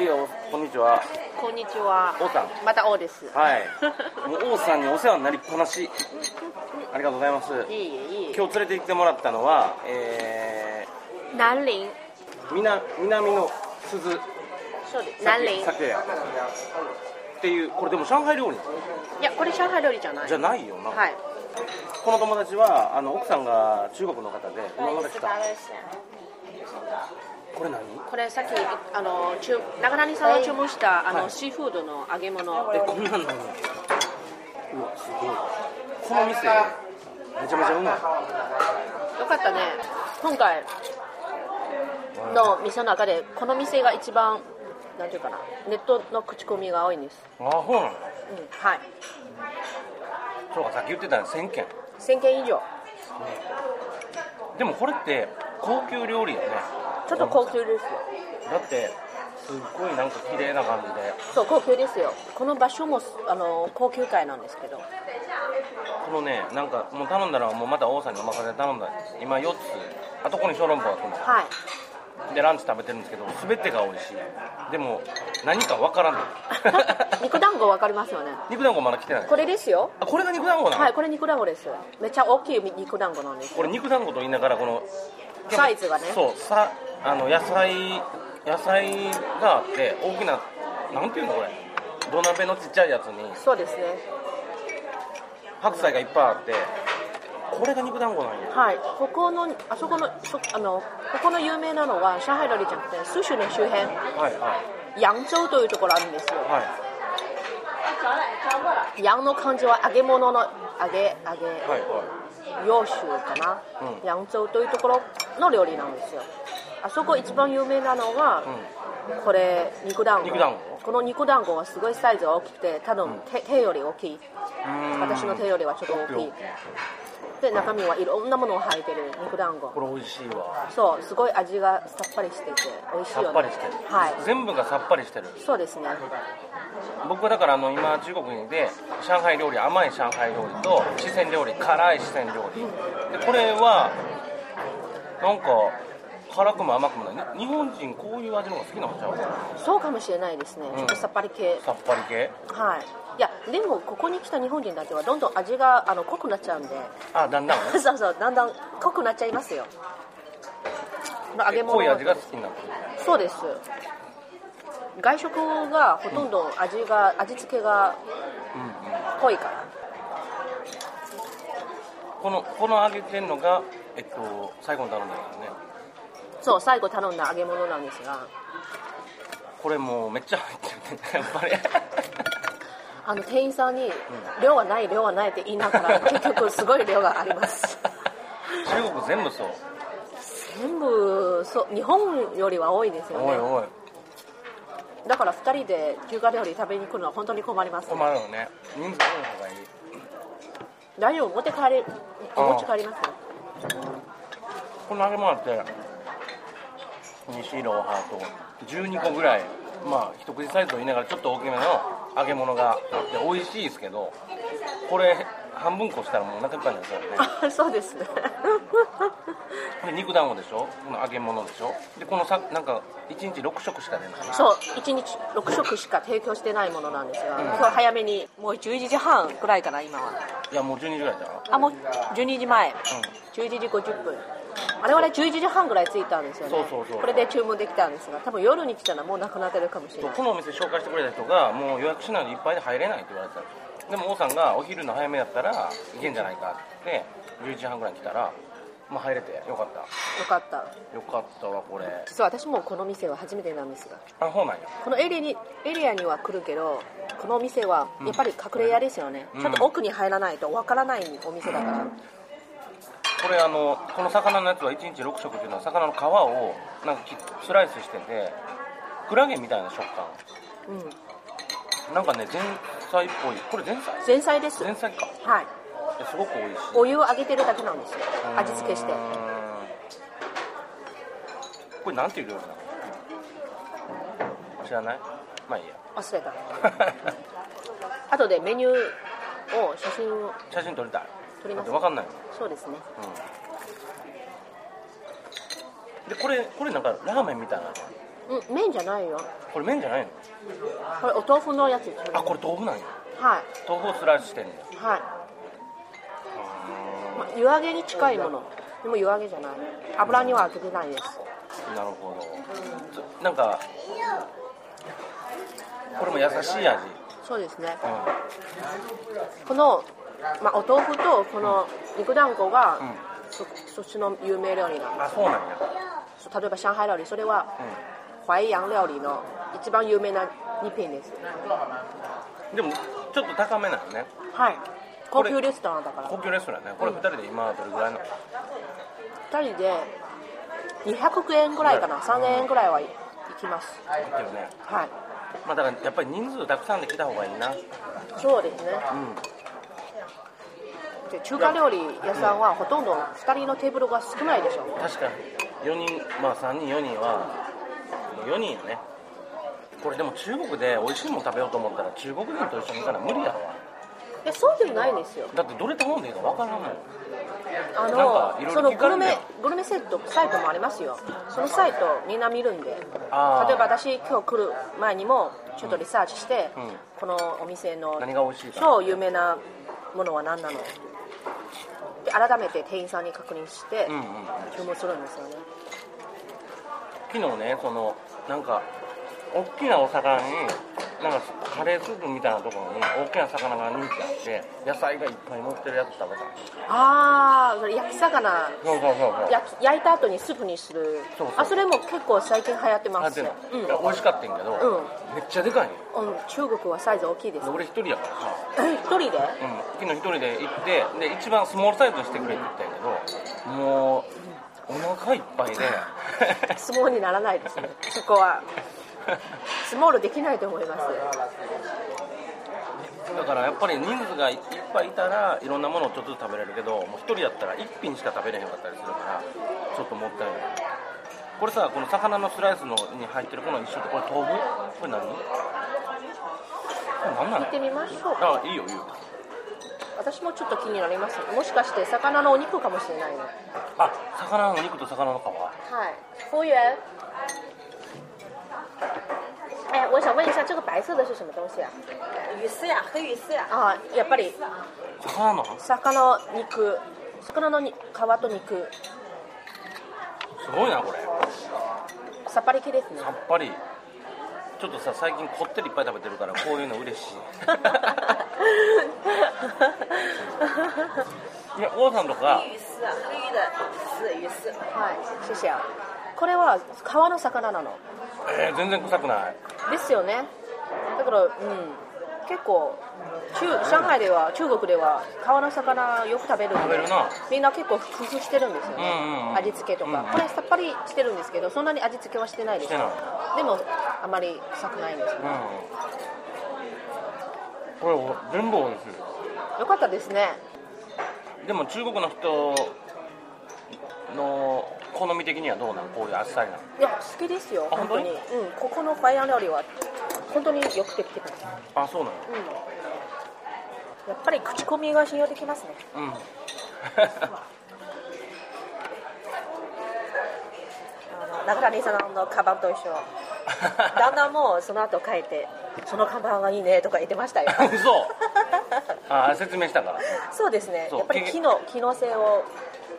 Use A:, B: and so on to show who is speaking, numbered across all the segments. A: いよ、こんにちは。
B: こんにちは。
A: 王さん。
B: また王です。
A: はい。もう王さんにお世話になりっぱなし。ありがとうございます。
B: いえいえいえ。
A: 今日連れて行ってもらったのは、え
B: 南林。
A: ー、みな南の鈴
B: そうです。南林
A: 酒。酒屋っていうこれでも上海料理
B: いや、これ上海料理じゃない。
A: じゃないよな、
B: はい。
A: この友達はあの奥さんが中国の方で今まで来たこれ何
B: これさっき、あの、中、中谷さんが注文した、
A: は
B: あの、
A: い
B: シーフードの揚げ物。
A: えこんなのうわすごいこの店めちゃめちゃうまい
B: よかったね。今回。の店の中で、この店が一番。なんていうかな。ネットの口コミが多いんです。
A: あそうなの
B: うん、はい。
A: そうかさっき言ってたね1000件
B: 千件以上。
A: でもこれって高級料理やね
B: ちょっと高級ですよ。
A: だってすっごいなんか綺麗な感じで
B: そう、高級ですよ。この場所も、あの、高級会なんですけど。
A: このねなんかもう頼んだらもうまた王さんにお任せで頼んだ今4つあとこに小籠包が来るの
B: はい。
A: でランチ食べてるんですけど全てが美味しいでも何かわから ない
B: 肉団子わかりますよね。
A: 肉団子まだ来てない
B: これですよ。
A: あこれが肉団子なの、
B: はい、これ肉団子です。めっちゃ大きい肉団子なんです。
A: これ肉団子と言いながらこの
B: サイズがね。
A: そうさあの野菜野菜があって大きななんていうのこれ土鍋のちっちゃいやつに
B: そうですね。
A: 白菜がいっぱいあってこれが肉団子なんや
B: はい。ここの、あそこの、そあの、ここの有名なのは、上海料理じゃなくて、蘇州の周辺、
A: はいはい
B: 揚州というところあるんですよ。
A: はい
B: 揚の漢字は揚げ物の、揚げ、揚げ、
A: はいは
B: 揚州かな。
A: うん
B: 揚州というところの料理なんですよ。あそこ一番有名なのは、これ肉団子
A: 肉団子
B: この肉団子はすごいサイズが大きくて多分、手手より大きい
A: いうん
B: 私の手よりはちょっと大きいで中身はいろんなものを入ってる肉団子
A: これ美味しいわ
B: そうすごい味がさっぱりしてて美味しい
A: さ
B: よね
A: っぱりしてる、
B: はい
A: 全部がさっぱりしてる
B: そうですね
A: 僕はだからあの今中国にいて上海料理甘い上海料理と四川料理辛い四川料理でこれはなんか辛くも甘くもないに日本人こういう味の方が好きなのちゃうかな
B: そうかもしれないですね、
A: ん
B: ちょっとさっぱり系
A: さっぱり系
B: はいいやでもここに来た日本人だけはどんどん味があの濃くなっちゃうんで
A: あだんだん ね
B: そうそうだんだん濃くなっちゃいますよ揚げ物
A: 濃い味が好きになってる
B: そうです外食がほとんど味が、味付けが濃いから
A: このこの揚げてんのがえっと最後に頼んだんですよね
B: そう最後頼んだ揚げ物なんですが
A: これもうめっちゃ入ってるねやっぱり
B: あの店員さんに量がない量がないって言いなが ら結局すごい量があります
A: 中国全部そう
B: 全部そう日本よりは多いですよ
A: おい
B: ね
A: おい
B: だから2人で中華料理食べに来るのは本当に困ります
A: 困るよね人数多い方がいい
B: 大丈夫持って帰れお持ち帰りますよ
A: この揚げ物って西ロハーと12個ぐらいまあ一口サイズと言いながらちょっと大きめの揚げ物があって美味しいですけどこれ半分こしたらもうお腹いっぱいになっちゃうよね
B: あそうですね
A: で肉団子でしょこの揚げ物でしょでこのさなんか1日6食しか出ない
B: そう1日6食しか提供してないものなんですが、今日早めにもう11時半くらいかな今はい
A: やもう12時ぐらいだよ
B: あもう12時前11時50分我々11時半ぐらい着いたんですよね
A: そうそうそう
B: これで注文できたんですが多分夜に来たらもうなくなってるかもしれ
A: そ
B: な
A: う
B: い
A: このお店紹介してくれた人がもう予約しないといっぱいで入れないって言われてたんですよでも王さんがお昼の早めやったらいけんじゃないかって11時半ぐらいに来たらまあ入れてよかった
B: よかった
A: よかったわこれ
B: 実は私もこの店は初めてなんですが
A: あそうなんや
B: このエリアにエリアには来るけどこのお店はやっぱり隠れ家ですよね、
A: うん
B: ちょっと奥に入らないとわからないお店だから、
A: これあのこの魚のやつは1日6食っていうのは魚の皮をなんか切っスライスしててクラゲみたいな食感
B: うん、
A: なんかね前菜っぽいこれ前菜
B: 前菜です
A: 前菜か
B: はい
A: えすごく美味しい
B: お湯をあげてるだけなんですよ味付けして
A: うーんこれなんていう料理なの知らないまあ いいや
B: 忘れた後でメニューを写真を
A: 写真撮りたい
B: 撮り
A: だ
B: ま
A: っ
B: す
A: て分かんない
B: そうですね
A: でこれこれなんかラーメンみたいなの
B: うん、麺じゃないよ。
A: これ麺じゃないの
B: これお豆腐のやつですよね
A: あこれ豆腐なんや
B: は
A: 豆腐をスライスしてんね
B: い。はい。まあ、湯揚げに近いもの。でも湯揚げじゃない。油には当ててないです。
A: なるほどつなんかこれも優しい味、
B: そうですね。
A: うん、
B: この、まあ、お豆腐とこの肉団子が、
A: うん
B: そそっちの有名料理なんで
A: あそうなんや、
B: すそう例えば上海料理それは
A: う
B: 淮揚料理の一番有名な2品です
A: ん、でもちょっと高めなのね
B: はい
A: こ
B: 高
A: れ
B: 級レストランだか
A: 高級レストランねこれ2人で今どれぐらいなの
B: ら2人で200円ぐらいかな3000円ぐらいはいきます
A: だよね
B: はい
A: まあだからやっぱり人数たくさんで来た方がいいな
B: そうですね
A: うん
B: で中華料理屋さんはほとんど2人のテーブルが少ないでしょ
A: 確か4人まあ3人4人は4人やねこれでも中国で美味しいもの食べようと思ったら中国人と一緒に行かな無理やわ
B: いやそうでないんですよ
A: だってどれ頼んでいいかわからない
B: あ
A: なんかいろいろ
B: のその
A: 聞
B: グ
A: かれ
B: ル
A: るね
B: メグルメセットサイトもありますよそのサイトみんな見るんで例え
A: あー
B: ば私今日来る前にもちょっとリサーチして、
A: うんうん
B: このお店の
A: 何が美味しいか
B: 超有名なものは何なので改めて店員さんに確認して
A: うんうん
B: 注文するんですよね、
A: 昨日ねそのなんか大きなお魚になんかカレースープみたいなところに大きな魚が2匹あって野菜がいっぱい乗ってるやつ食べた
B: ああそれ焼き魚
A: そうそうそうそう
B: 焼き焼いた後にスープにする
A: そうそう
B: あそれも結構最近流行って
A: あ
B: ます
A: でも
B: うん
A: いや美味しかったんやけど、めっちゃでかいんよ
B: うん、中国はサイズ大きいです
A: で俺一人やからさ
B: 一人で
A: うん、昨日一人で行ってで一番スモールサイズにしてくれって言ったんやけどもうお腹いっぱいで
B: 相撲にならないですねそこはスモールできないと思います
A: だからやっぱり人数がいっぱいいたらいろんなものをちょっとずつ食べれるけどもう一人やったら一品しか食べれへんかったりするからちょっともったいないこれさこの魚のスライスのに入ってるこの一緒ってこれ豆腐これ何これ何な
B: 聞
A: の
B: いてみましょうか
A: あいいよいいよ
B: 私もちょっと気になりますもしかして魚のお肉かもしれないね
A: あ魚の肉と魚の皮
B: はい服务员哎，我想问一下，这个白色的是什么东西啊？
C: 鱼丝呀，黑鱼丝呀。
B: あー、やっぱり
A: 魚の
B: 魚肉、魚のに皮と肉、
A: すごいなこれ
B: さっぱり系ですね。
A: さっぱりちょっとさ最近こってりいっぱい食べてるからこういうの嬉 しいいや王さんとか
C: 黑鱼丝啊，黑鱼的丝，鱼丝。
B: はい、シェシェ。これは皮の魚なの。
A: えー全然臭くない
B: ですよねだからうん結構中上海では中国では川の魚よく食べるんで
A: 食べるな
B: みんな結構工夫してるんですよね、
A: うんうん
B: 味付けとか、
A: うん
B: これさっぱりしてるんですけどそんなに味付けはしてないで
A: し
B: す
A: てない
B: でもあまり臭くないんです
A: うんこれお全部美味し
B: よかったですね
A: いでも中国の人の好み的にはどうなんこういうあっさりない
B: や好きですよ
A: あ
B: 本当に
A: 本
B: うんここのファイアン料理は本当によくできてます、
A: のあそうなの
B: うん、やっぱり口コミが信用できますね
A: うん
B: あの中谷さんのカバンと一緒旦那もその後帰って「その看板はいいね」とか言ってま したよ
A: 嘘あ説明したから
B: そうですね
A: そう
B: やっぱり機能機能性を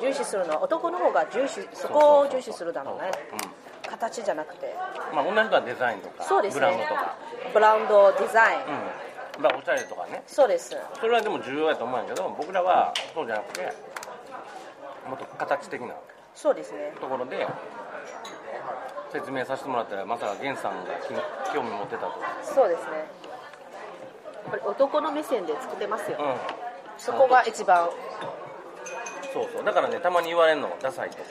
B: 重視するのは男の方が重視そこを重視するだろうね
A: そうそうそう
B: 形じゃなくて
A: うんまあ女の人はデザインとか
B: そうです
A: ブ
B: ね
A: ランドとか
B: ブランドデザイン、
A: うんまあおしゃれとかね
B: そうです
A: それはでも重要やと思うんやけど僕らはそうじゃなくてもっと形的な
B: そうですね
A: ところで説明させてもらったらまさか源さんがき興味持ってたと
B: そうですねやっぱり男の目線で作ってますよ、
A: うん
B: そこが一番
A: そうそうだからねたまに言われるのダサいとか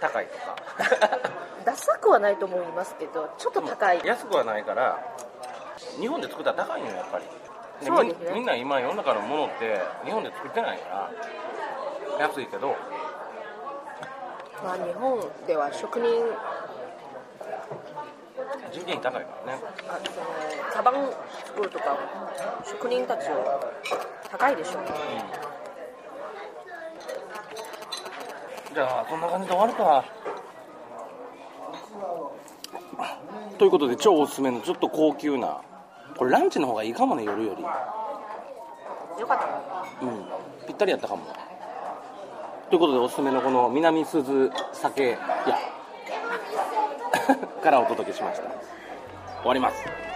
A: 高いとか
B: ダサくはないと思いますけどちょっと高い
A: 安くはないから日本で作ったら高いのよやっぱり
B: そうですね
A: みんみんな今世の中のものって日本で作ってないから安いけど
B: まあ日本では職人
A: 人件費高いからね
B: あそのサバン作るとか職人たちは高いでしょうね
A: じゃあそんな感じで終わるかということで超おすすめのちょっと高級なこれランチの方がいいかもね夜より
B: よかった
A: うんぴったりやったかもということでおすすめのこの南鈴 酒屋からお届けしました終わります